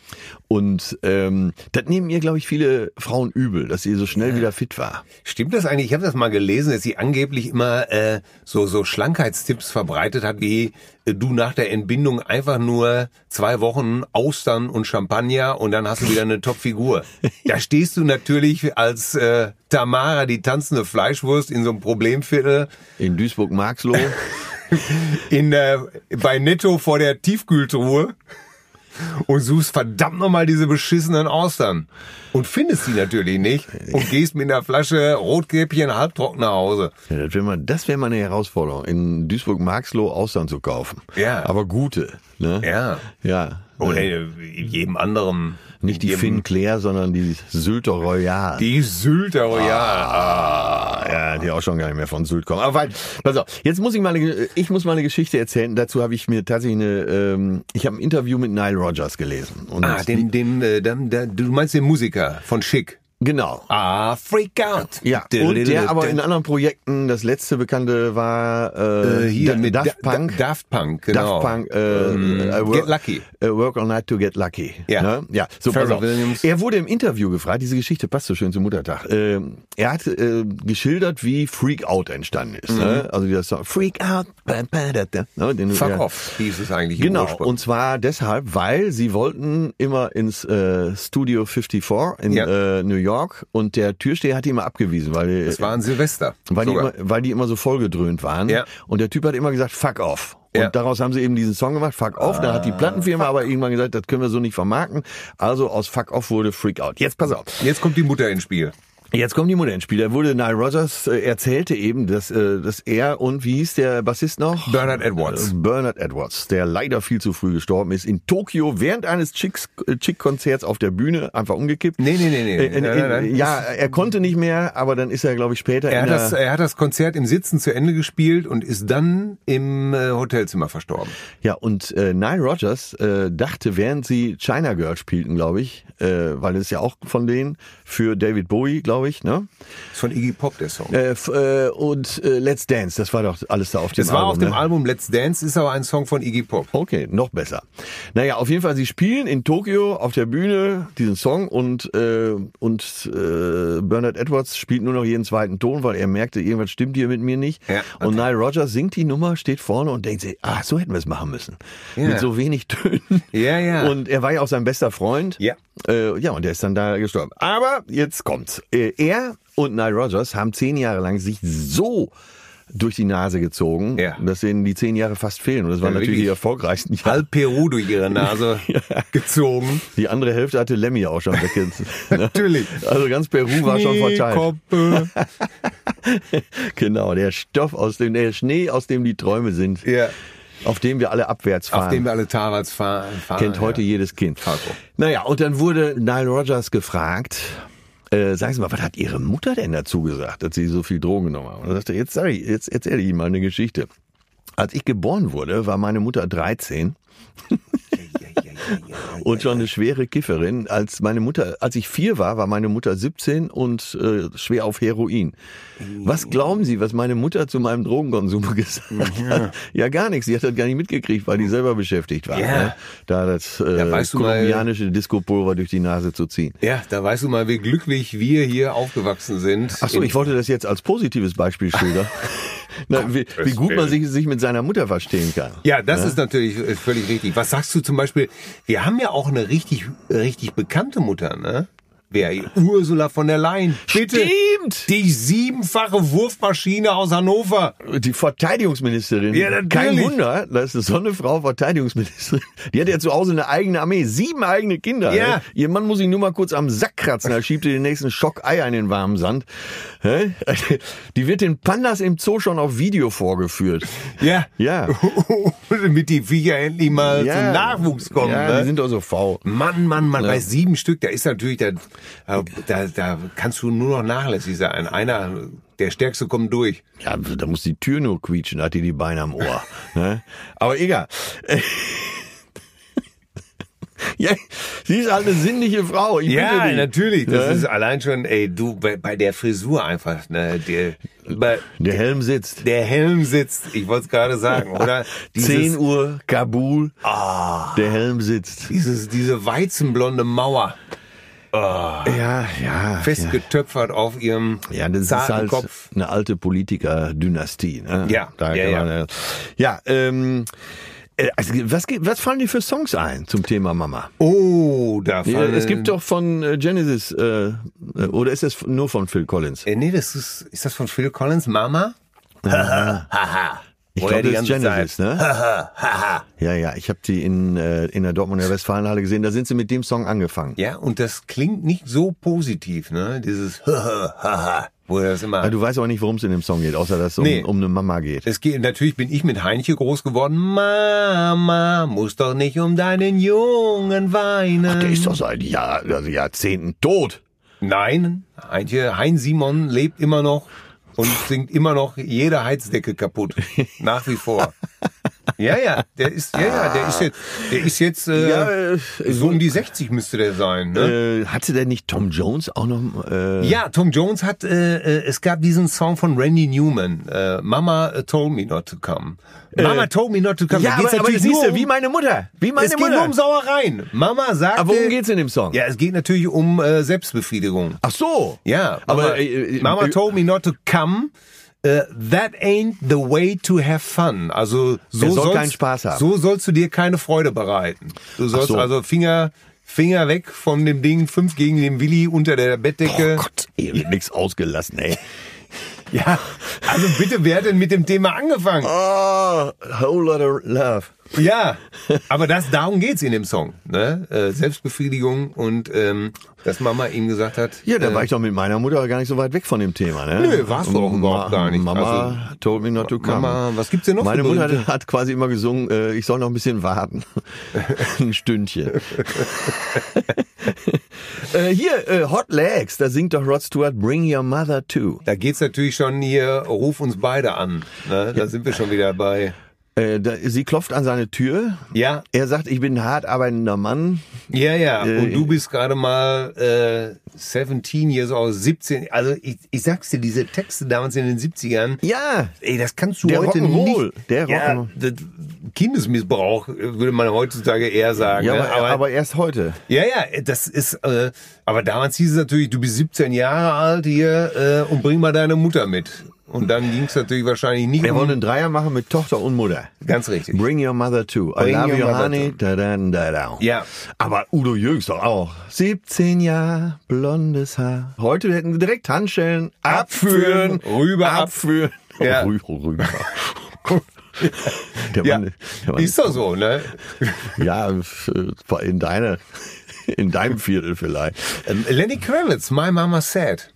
A: Und ähm, das nehmen ihr, glaube ich, viele Frauen übel, dass sie so schnell wieder fit war.
B: Stimmt das eigentlich? Ich habe das mal gelesen, dass sie angeblich immer äh, so so Schlankheitstipps verbreitet hat, wie äh, du nach der Entbindung einfach nur zwei Wochen Austern und Champagner und dann hast du wieder eine Topfigur. Da stehst du natürlich als äh, Tamara, die tanzende Fleischwurst in so einem Problemviertel
A: In Duisburg-Marxloh.
B: in der, bei Netto vor der Tiefkühltruhe und suchst verdammt nochmal diese beschissenen Austern. Und findest die natürlich nicht und gehst mit einer Flasche Rotkäppchen halbtrocken nach Hause.
A: ja, das wäre mal, das wär mal eine Herausforderung, in Duisburg-Marxloh Austern zu kaufen.
B: Ja.
A: Aber gute. Ne?
B: Ja. Oh,
A: Ja.
B: Oder in jedem anderen.
A: Nicht die
B: jedem-
A: Finn Claire, sondern die Sylter Royal.
B: Die oh Sylter Royal.
A: Ah, ja, die auch schon gar nicht mehr von Sylt kommen. Aber weit, pass auf, jetzt muss ich mal eine, ich muss mal eine Geschichte erzählen. Dazu habe ich mir tatsächlich eine, ähm, ich habe ein Interview mit Nile Rogers gelesen. Und
B: Ah, dem, dem, äh, dem, der, du meinst den Musiker von Schick.
A: genau.
B: Ah, freak out.
A: Ja, und der aber in anderen Projekten, das letzte bekannte war äh,
B: äh, hier
A: Da-
B: mit
A: Daft Punk.
B: Da, Daft Punk, genau. Mhm.
A: Daft Punk, äh, äh,
B: Get Lucky.
A: äh, Work All Night to Get Lucky.
B: Ja.
A: Ne? ja. So, pass
B: Pharrell
A: auf.
B: Williams.
A: Er wurde im Interview gefragt, diese Geschichte passt so schön zum Muttertag. Ähm, er hat äh, geschildert, wie Freak Out entstanden ist. Ne? Also dieser Song, Freak Out, ba, ba, da, da, ne? Den,
B: Mhm. Fuck
A: ja.
B: off, hieß es eigentlich im
A: Genau,
B: Ursprung.
A: und zwar deshalb, weil sie wollten immer ins äh, Studio 54 in
B: Ja.
A: äh, New York und der Türsteher hat die immer abgewiesen, weil
B: Das war ein Silvester.
A: weil die,
B: sogar.
A: immer, weil die immer so vollgedröhnt waren.
B: Ja.
A: Und der Typ hat immer gesagt, fuck off. Und
B: Ja. Ah.
A: daraus haben sie eben diesen Song gemacht, fuck off. Dann hat die Plattenfirma aber irgendwann gesagt, das können wir so nicht vermarkten. Also aus fuck off wurde freak out. Jetzt pass auf.
B: Jetzt kommt die Mutter ins Spiel.
A: Jetzt kommt die Mutter ins Spiel. Da wurde Nile Rogers äh, erzählte eben, dass, äh, dass er und wie hieß der Bassist noch?
B: Bernard Edwards.
A: Äh, Bernard Edwards, der leider viel zu früh gestorben ist, in Tokio während eines Chicks- äh, Chick-Konzerts auf der Bühne einfach umgekippt.
B: Nee, nee, nee, nee.
A: Äh, äh,
B: Nein, nein, nein.
A: Ja, er konnte nicht mehr, aber dann ist er, glaube ich, später
B: Er
A: in
B: hat,
A: der,
B: das, er hat das Konzert im Sitzen zu Ende gespielt und ist dann im äh, Hotelzimmer verstorben.
A: Ja, und äh, Nile Rogers äh, dachte, während sie China Girl spielten, glaube ich, äh, weil es ja auch von denen für David Bowie, glaube ich, ne?
B: Ist von Iggy Pop der Song.
A: Äh, f- äh, und äh, Let's Dance, das war doch alles da auf dem
B: das war
A: Album.
B: auf dem
A: ne?
B: Album Let's Dance, ist aber ein Song von Iggy Pop.
A: Okay, noch besser. Naja, auf jeden Fall, sie spielen in Tokio auf der Bühne diesen Song und, äh, und äh, Bernard Edwards spielt nur noch jeden zweiten Ton, weil er merkte, irgendwas stimmt hier mit mir nicht.
B: Ja,
A: Und Nile Rogers singt die Nummer, steht vorne und denkt sich, ah, so hätten wir es machen müssen.
B: Ja.
A: Mit so wenig Tönen.
B: Ja, ja.
A: Und er war ja auch sein bester Freund.
B: Ja.
A: Äh, ja, und der ist dann da gestorben. Aber jetzt kommt's. Äh, er und Nile Rogers haben zehn Jahre lang sich so durch die Nase gezogen,
B: Ja.
A: dass denen die zehn Jahre fast fehlen. Und das waren
B: Ja,
A: natürlich die
B: wirklich.
A: erfolgreichsten Jahre.
B: Halb Peru durch ihre Nase gezogen.
A: Die andere Hälfte hatte Lemmy auch schon weg.
B: Natürlich.
A: Also ganz Peru war schon verteilt.
B: Schneekoppe.
A: Genau, der Stoff aus dem, der Schnee, aus dem die Träume sind,
B: ja.
A: auf dem wir alle abwärts fahren.
B: Auf dem wir alle Tarwats fahren. fahren
A: Kennt heute
B: ja.
A: jedes Kind.
B: Also.
A: Naja, und dann wurde Nile Rogers gefragt, äh, sagen Sie mal, was hat Ihre Mutter denn dazu gesagt, dass Sie so viel Drogen genommen haben? Und er sagte, jetzt sag ich, jetzt erzähle ich Ihnen mal eine Geschichte. Als ich geboren wurde, war meine Mutter 13 und schon eine schwere Kifferin. Als meine Mutter, als ich vier war, war meine Mutter 17 und äh, schwer auf Heroin. Was glauben Sie, was meine Mutter zu meinem Drogenkonsum gesagt hat? Ja, gar nichts. Sie hat das gar nicht mitgekriegt, weil die selber beschäftigt war.
B: Ja.
A: Ne? Da das äh,
B: Ja, weißt du mal-
A: kolumbianische Disco-Pulver durch die Nase zu ziehen.
B: Ja, da weißt du mal, wie glücklich wir hier aufgewachsen sind.
A: Ach so,
B: In-
A: ich wollte das jetzt als positives Beispiel schildern. Na, wie, wie gut man sich, sich mit seiner Mutter verstehen kann.
B: Ja, das ist natürlich äh, völlig richtig. Was sagst du zum Beispiel? Wir haben ja auch eine richtig, richtig bekannte Mutter, ne? Wer? Ursula von der Leyen. Bitte.
A: Stimmt!
B: Die siebenfache Wurfmaschine aus Hannover.
A: Die Verteidigungsministerin.
B: Ja, natürlich.
A: Kein Wunder, dass so eine Frau Verteidigungsministerin, die hat ja zu Hause eine eigene Armee, sieben eigene Kinder.
B: Ja.
A: ne? Ihr Mann muss ihn nur mal kurz am Sack kratzen, da schiebt ihr den nächsten Schock Eier in den warmen Sand. Hä? Die wird den Pandas im Zoo schon auf Video vorgeführt.
B: Ja.
A: Ja.
B: Damit die Viecher endlich mal
A: Ja.
B: Äh, zum Nachwuchs kommen.
A: Ja,
B: ne?
A: die sind doch so faul.
B: Mann, Mann, Mann,
A: Ja.
B: bei sieben Stück, da ist natürlich, da, äh, da, da kannst du nur noch nachlässig sein. Einer, der Stärkste kommt durch.
A: Ja, da muss die Tür nur quietschen, da hat die die Beine am Ohr. ne? Aber egal. ja, sie ist halt eine sinnliche Frau. Ich bitte dich.
B: natürlich. Das
A: Ja.
B: ist allein schon, ey, du, bei, bei der Frisur einfach, ne, der, bei,
A: Der Helm sitzt.
B: der Helm sitzt, ich wollte es gerade sagen, oder?
A: 10 Uhr, Kabul.
B: Ah.
A: Der Helm sitzt.
B: Dieses, diese weizenblonde Mauer, Oh,
A: Ja, ja.
B: festgetöpfert auf ihrem
A: Ja, das ist
B: zarten
A: halt
B: Kopf.
A: eine alte Politiker-Dynastie. Ne?
B: Ja,
A: da
B: ja,
A: kann man, ja. ja ähm, äh, also, was, ge- was fallen dir für Songs ein zum Thema Mama?
B: Oh, da
A: Ja,
B: fallen-
A: Äh, es gibt doch von äh, Genesis, äh, äh, oder ist das nur von Phil Collins?
B: Äh, nee, das ist, ist das von Phil Collins, Mama? Haha.
A: Ich
B: Oder
A: glaube,
B: die
A: das ist
B: ganze
A: Genesis, ne? ja, ja, ich habe die in, äh, in der Dortmunder Westfalenhalle gesehen, da sind sie mit dem Song angefangen.
B: Ja, und das klingt nicht so positiv, ne? Dieses haha, wo er das immer.
A: Aber du weißt auch nicht, worum es in dem Song geht, außer dass es um,
B: Nee.
A: um eine Mama geht.
B: es geht, natürlich bin ich mit Heinche groß geworden. Mama, muss doch nicht um deinen Jungen weinen.
A: Der ist doch seit Jahr, also Jahrzehnten tot.
B: Nein, Heinche, Hein Simon lebt immer noch und singt immer noch jede Heizdecke kaputt. Nach wie vor. Ja, ja, der ist, ja, ja, der ist jetzt, der ist jetzt äh,
A: Ja, äh,
B: so um die 60 müsste der sein. Ne?
A: Äh, hatte denn nicht Tom Jones auch noch? Äh,
B: Ja, Tom Jones hat, äh, äh, es gab diesen Song von Randy Newman, äh, Mama äh, told me not to come. Mama told me not to come. Da
A: Äh. ja
B: geht's
A: aber, aber
B: natürlich
A: siehst
B: nur um,
A: du, wie meine Mutter. Wie meine
B: es geht
A: Mutter.
B: nur um Sauereien. Mama sagt.
A: aber worum geht's in dem Song?
B: Ja, es geht natürlich um äh, Selbstbefriedigung.
A: Ach so.
B: Ja,
A: aber
B: Mama,
A: äh, äh,
B: Mama
A: äh,
B: told me not to come. äh, That ain't the way to have fun. Also so
A: Er soll
B: sollst,
A: keinen Spaß haben.
B: So sollst du dir keine Freude bereiten. Du sollst
A: so.
B: also Finger Finger weg von dem Ding, fünf gegen den Willi unter der Bettdecke.
A: Oh Gott, ey, wird nix ausgelassen, ey.
B: Ja, also bitte, wer hat denn mit dem Thema angefangen?
A: Oh, whole lot of love.
B: Ja, aber das, darum geht's in dem Song. Ne? Äh, Selbstbefriedigung und ähm, dass Mama ihm gesagt hat.
A: Ja, da
B: äh,
A: war ich doch mit meiner Mutter gar nicht so weit weg von dem Thema, ne?
B: Nö, warst du auch
A: Ma-
B: überhaupt gar nicht. Also,
A: Mama told me not to come.
B: Mama, was gibt's denn noch
A: Meine
B: für
A: Mutter
B: berühmte-
A: hat quasi immer gesungen, äh, ich soll noch ein bisschen warten. ein Stündchen. äh, hier, äh, Hot Legs, da singt doch Rod Stewart Bring Your Mother Too.
B: Da geht's natürlich schon hier, ruf uns beide an. Ne? Da sind wir schon wieder bei.
A: Äh, da, sie klopft an seine Tür.
B: Ja,
A: Er sagt, ich bin ein hart arbeitender Mann.
B: ja, ja.
A: Äh,
B: Und du bist gerade mal äh, 17 years old, 17. Also ich, ich sag's dir, diese Texte damals in den 70ern,
A: Ja,
B: Ey, das kannst du
A: Der
B: heute
A: Rock'n'Roll.
B: nicht.
A: Der
B: ja,
A: Rock'n'Roll.
B: das Kindesmissbrauch äh, würde man heutzutage eher sagen.
A: ja
B: ne?
A: aber, aber, erst heute.
B: ja, ja, das ist. Äh, aber damals hieß es natürlich, du bist 17 Jahre alt hier äh, und bring mal deine Mutter mit. Und dann ging es natürlich wahrscheinlich nicht.
A: Wir
B: um-
A: wollen einen Dreier machen mit Tochter und Mutter.
B: ganz richtig.
A: Bring your mother too. I
B: Bring
A: love
B: your
A: you,
B: mother
A: honey.
B: too.
A: Da, da, da, da.
B: Ja.
A: Aber Udo Jürgens doch auch. 17 Jahre, blondes Haar. Heute hätten sie direkt Handschellen. Abführen. Oh,
B: Abführen, rüber ab.
A: abführen.
B: Ja.
A: Rü- Rüber. Der
B: Ja,
A: Mann, der Mann
B: ist doch so, ne?
A: Ja, f- in deiner, in deinem Viertel vielleicht.
B: Ähm, Lenny Kravitz, My Mama Said.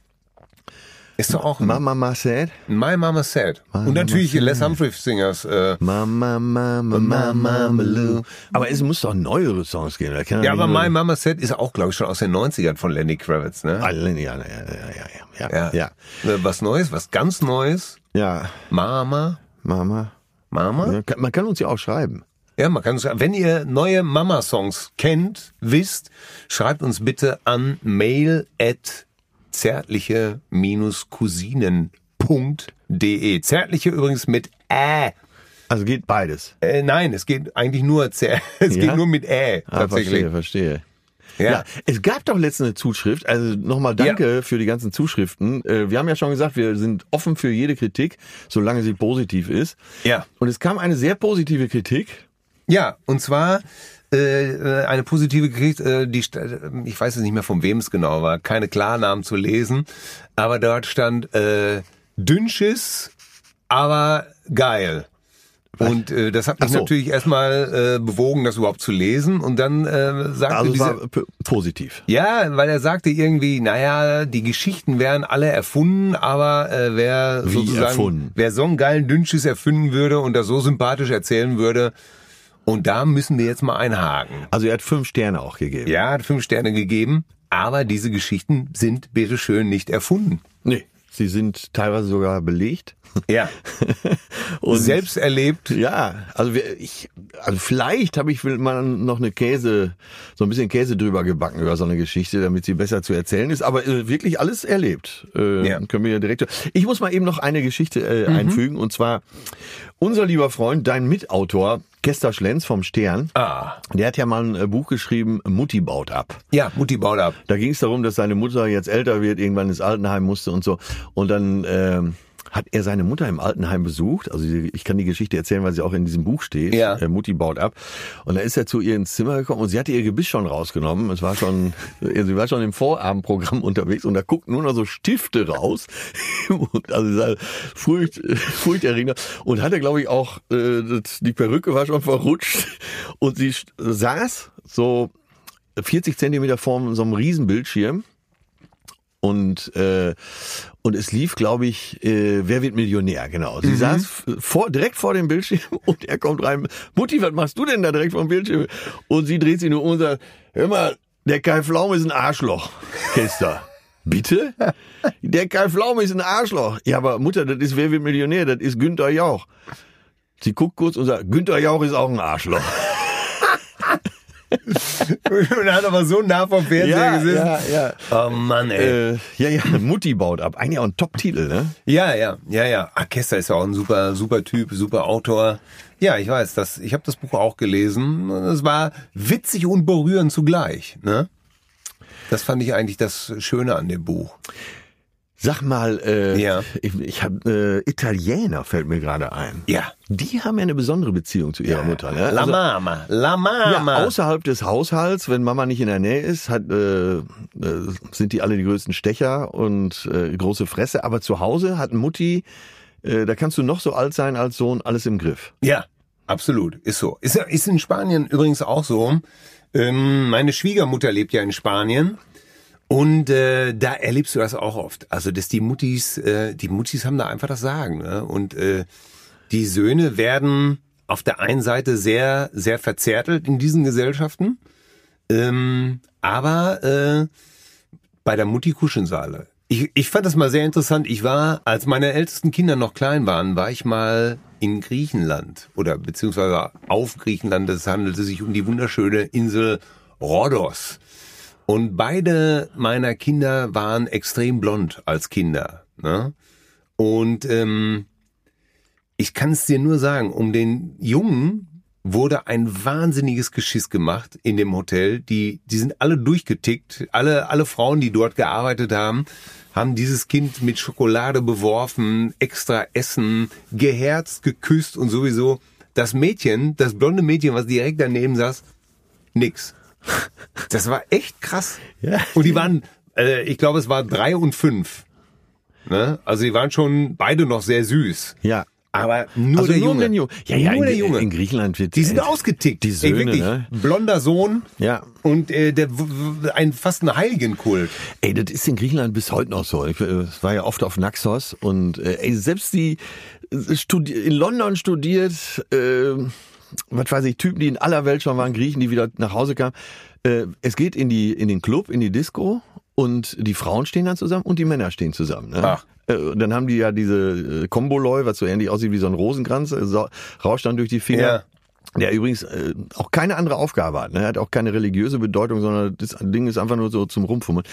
B: Ist doch auch ein
A: Mama, Mama said.
B: My Mama Said. Und natürlich Les Humphrey Singers. Äh,
A: Mama, Mama, Mama, Malou. Aber es muss doch neuere Songs geben. oder? Kann
B: ja,
A: doch
B: aber
A: nicht nur-
B: My Mama Said ist auch, glaube ich, schon aus den 90ern von Lenny Kravitz, ne?
A: Alle- Ah, Ja, ja, ja, ja, ja, ja, ja.
B: Äh, Was Neues, was ganz Neues.
A: Ja,
B: Mama,
A: Mama.
B: Mama.
A: Ja, kann- Man kann uns ja auch schreiben.
B: Ja, man kann es, wenn ihr neue Mama-Songs kennt, wisst, schreibt uns bitte an mail at zärtliche-cousinen.de. Zärtliche übrigens mit Ä.
A: Also geht beides.
B: Äh, nein, es geht eigentlich nur zär, es
A: Ja?
B: geht nur mit Ä,
A: Ah,
B: tatsächlich.
A: verstehe, verstehe. Ja.
B: Ja.
A: es gab doch letztens eine Zuschrift. Also nochmal danke für die ganzen Zuschriften. Äh, Wir haben ja schon gesagt, wir sind offen für jede Kritik, solange sie positiv ist.
B: Ja.
A: Und es kam eine sehr positive Kritik.
B: Ja, und zwar äh, äh, eine positive Kritik, äh, die sta- äh, ich weiß jetzt nicht mehr von wem es genau war, keine Klarnamen zu lesen, aber dort stand äh, Dünnschiss, aber geil. Und äh, das hat mich
A: Ach so.
B: natürlich erstmal äh, bewogen, das überhaupt zu lesen. Und dann äh, sagte
A: Also es
B: diese,
A: war p- positiv.
B: ja, weil er sagte irgendwie, naja, die Geschichten wären alle erfunden, aber äh, wer
A: Wie
B: sozusagen,
A: erfunden?
B: wer so einen geilen Dünnschiss erfinden würde und das so sympathisch erzählen würde, und da müssen wir jetzt mal einhaken.
A: Also er hat fünf Sterne auch gegeben.
B: Ja, hat fünf Sterne gegeben, aber diese Geschichten sind bitteschön nicht erfunden.
A: Nee. Sie sind teilweise sogar belegt.
B: Ja,
A: Und
B: selbst erlebt.
A: Ja, also wir, ich, also vielleicht habe ich will mal noch eine Käse, so ein bisschen Käse drüber gebacken über so eine Geschichte, damit sie besser zu erzählen ist. Aber äh, wirklich alles erlebt. Äh,
B: Ja. Mhm.
A: Können wir ja direkt. Ich muss mal eben noch eine Geschichte äh, einfügen und zwar unser lieber Freund, dein Mitautor Kester Schlenz vom Stern.
B: Ah,
A: Der hat ja mal ein äh, Buch geschrieben, Mutti baut ab.
B: ja, Mutti baut ab.
A: Da ging es darum, dass seine Mutter jetzt älter wird, irgendwann ins Altenheim musste und so. Und dann ähm, hat er seine Mutter im Altenheim besucht. Also die- ich kann die Geschichte erzählen, weil sie auch in diesem Buch steht.
B: Ja.
A: Äh, Mutti baut ab. Und da ist er zu ihr ins Zimmer gekommen und sie hatte ihr Gebiss schon rausgenommen. Es war schon, sie war schon im Vorabendprogramm unterwegs und da guckt nur noch so Stifte raus. Und also es war furcht, furchterregender. Und hatte, glaube ich, auch, äh, das- die Perücke war schon verrutscht. Und sie st- saß so 40 Zentimeter vor so einem Riesenbildschirm. Und, äh, und es lief, glaube ich, äh, Wer wird Millionär, genau. Sie saß f- vor, direkt vor dem Bildschirm und er kommt rein, Mutti, was machst du denn da direkt vor dem Bildschirm? Und sie dreht sich nur um und sagt, hör mal, der Kai Pflaum ist ein Arschloch, Kester. Bitte? Der Kai Pflaum ist ein Arschloch. Ja, aber Mutter, das ist Wer wird Millionär, das ist Günther Jauch. Sie guckt kurz und sagt, Günther Jauch ist auch ein Arschloch.
B: Und hat aber so nah vom Fernseher gesessen.
A: ja.
B: Oh Mann, ey.
A: Äh, ja, ja, Mutti baut ab. Eigentlich auch ein Top-Titel, ne?
B: Ja, ja, ja, ja. Ah, Kester ist ja auch ein super, super Typ, super Autor. Ja, ich weiß, das, ich habe das Buch auch gelesen. und Es war witzig und berührend zugleich. Ne? Das fand ich eigentlich das Schöne an dem Buch.
A: Sag mal, äh,
B: Ja.
A: ich, ich hab, äh, Italiener fällt mir gerade ein.
B: Ja.
A: Die haben ja eine besondere Beziehung zu ihrer Mutter, ne?
B: La
A: Also-
B: Mama, La
A: ja,
B: Mama.
A: außerhalb des Haushalts, wenn Mama nicht in der Nähe ist, hat, äh, äh, sind die alle die größten Stecher und äh, große Fresse. Aber zu Hause hat Mutti, äh, da kannst du noch so alt sein als Sohn, alles im Griff.
B: Ja, absolut. Ist so. Ist, ist in Spanien übrigens auch so. Ähm, meine Schwiegermutter lebt ja in Spanien. Und äh, da erlebst du das auch oft. Also, dass die Muttis, äh, die Muttis haben da einfach das Sagen. Ne? Und äh, die Söhne werden auf der einen Seite sehr, sehr verzärtelt in diesen Gesellschaften. Ähm, aber äh, bei der Mutti Kuschensaale. Ich, ich fand das mal sehr interessant. Ich war, als meine ältesten Kinder noch klein waren, war ich mal in Griechenland oder beziehungsweise auf Griechenland. Es handelte sich um die wunderschöne Insel Rhodos. Und beide meiner Kinder waren extrem blond als Kinder. Ne? Und ähm, ich kann es dir nur sagen, um den Jungen wurde ein wahnsinniges Geschiss gemacht in dem Hotel. Die, die sind alle durchgetickt. Alle, alle Frauen, die dort gearbeitet haben, haben dieses Kind mit Schokolade beworfen, extra Essen, geherzt, geküsst und sowieso. Das Mädchen, das blonde Mädchen, was direkt daneben saß, nix. Das war echt krass.
A: Ja.
B: Und die waren, äh, ich glaube, es war drei und fünf. Ne? Also sie waren schon beide noch sehr süß.
A: Ja.
B: Aber nur
A: also
B: der
A: nur
B: Junge.
A: den Junge. Ja, ja,
B: nur
A: in,
B: der Junge.
A: in Griechenland wird
B: Die sind
A: äh,
B: ausgetickt.
A: Die Söhne,
B: Ey, wirklich.
A: ne?
B: Blonder Sohn.
A: Ja.
B: Und äh, der, w- w- ein, fast ein Heiligenkult.
A: Ey, das ist in Griechenland bis heute noch so. Ich äh, war ja oft auf Naxos und äh, ey, selbst die äh, studi in London studiert, äh, was weiß ich, Typen, die in aller Welt schon waren, Griechen, die wieder nach Hause kamen. Äh, es geht in die in den Club, in die Disco und die Frauen stehen dann zusammen und die Männer stehen zusammen. Ne?
B: Ach.
A: Äh, und Dann haben die ja diese äh, Komboloi, was so ähnlich aussieht wie so ein Rosenkranz, äh, so, rauscht dann durch die Finger.
B: Ja.
A: Der übrigens äh, auch keine andere Aufgabe hat. Ne? Er hat auch keine religiöse Bedeutung, sondern das Ding ist einfach nur so zum Rumfummeln.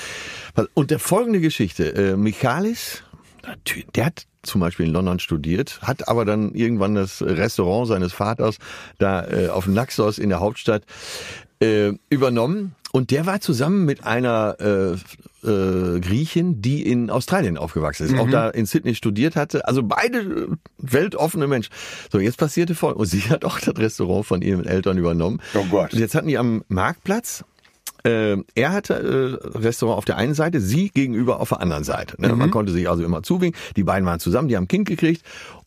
A: Pass- Und der folgende Geschichte. Äh, Michalis, natü- der hat zum Beispiel in London studiert, hat aber dann irgendwann das Restaurant seines Vaters da äh, auf Naxos in der Hauptstadt äh, übernommen. Und der war zusammen mit einer äh, äh, Griechin, die in Australien aufgewachsen ist,
B: Mhm.
A: auch da in Sydney studiert hatte. Also beide äh, weltoffene Menschen. So, jetzt passierte folgendes. Und sie hat auch das Restaurant von ihren Eltern übernommen.
B: Oh Gott.
A: Und jetzt hatten die am Marktplatz äh, er hatte äh, Restaurant auf der einen Seite, sie gegenüber auf der anderen Seite. Ne?
B: Mhm.
A: Man konnte sich also immer zuwinken. Die beiden waren zusammen, die haben ein Kind gekriegt.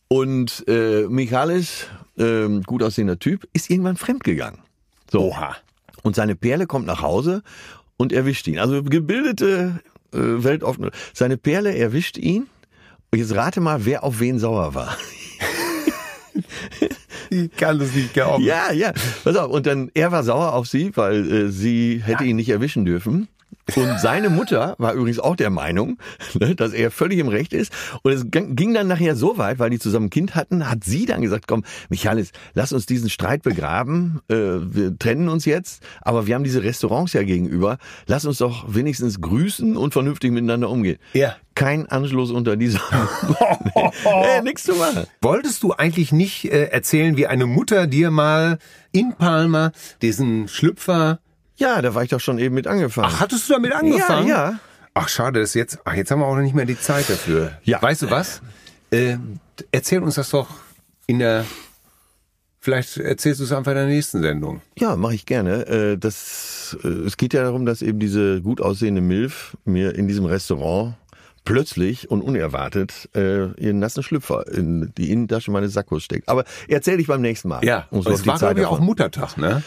A: Und äh, Michalis, ähm, gut aussehender Typ, ist irgendwann fremdgegangen. So.
B: Oha.
A: Und seine Perle kommt nach Hause und erwischt ihn. Also gebildete, äh, weltoffene. Seine Perle erwischt ihn. Und jetzt rate mal, wer auf wen sauer war.
B: Ich kann das nicht glauben.
A: Ja, ja. Pass auf. Und dann, er war sauer auf sie, weil äh, sie hätte ihn nicht erwischen dürfen. Und seine Mutter war übrigens auch der Meinung, ne, dass er völlig im Recht ist. Und es ging ging dann nachher so weit, weil die zusammen ein Kind hatten, hat sie dann gesagt, komm, Michalis, lass uns diesen Streit begraben. Äh, wir trennen uns jetzt, aber wir haben diese Restaurants ja gegenüber. Lass uns doch wenigstens grüßen und vernünftig miteinander umgehen.
B: Ja.
A: Kein Anschluss unter dieser... nee, nix zu machen.
B: Wolltest du eigentlich nicht äh, erzählen, wie eine Mutter dir mal in Palma diesen Schlüpfer...
A: Ja, da war ich doch schon eben mit angefangen.
B: Ach, hattest du damit angefangen?
A: Ja, ja.
B: Ach, schade, dass jetzt... Ach, jetzt haben wir auch noch nicht mehr die Zeit dafür.
A: Ja.
B: Weißt du was? Äh, erzähl uns das doch in der... Vielleicht erzählst du es einfach in der nächsten Sendung.
A: Ja, mache ich gerne. Äh, Das, äh, es geht ja darum, dass eben diese gut aussehende Milf mir in diesem Restaurant plötzlich und unerwartet äh, ihren nassen Schlüpfer in die Innentasche meines Sackos steckt. Aber erzähle ich beim nächsten Mal.
B: und
A: Um's auf
B: es
A: die
B: war,
A: Zeit
B: glaube ich, auch
A: davon-
B: Muttertag, ne?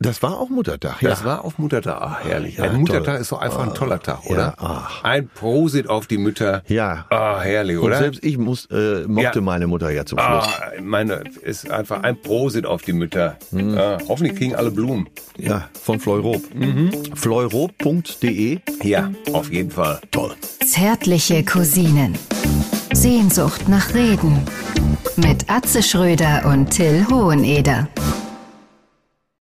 A: das war auch Muttertag. Ja.
B: Das war auf Muttertag. Ach, herrlich.
A: Ja,
B: ein Muttertag
A: toll. Ah,
B: ist doch einfach ein toller Tag,
A: Ja,
B: oder?
A: ach.
B: Ein Prosit auf die Mütter.
A: Ja.
B: Ah, herrlich,
A: und
B: oder?
A: selbst ich muss, äh, mochte
B: Ja.
A: meine Mutter ja zum Schluss.
B: ah, meine, ist einfach ein Prosit auf die Mütter.
A: Hm.
B: Ah, hoffentlich kriegen alle Blumen.
A: Ja, von Fleurop.
B: Mhm.
A: Fleurop.de.
B: Ja, auf jeden Fall.
A: Toll.
D: Zärtliche Cousinen. Sehnsucht nach Reden. Mit Atze Schröder und Till Hoheneder.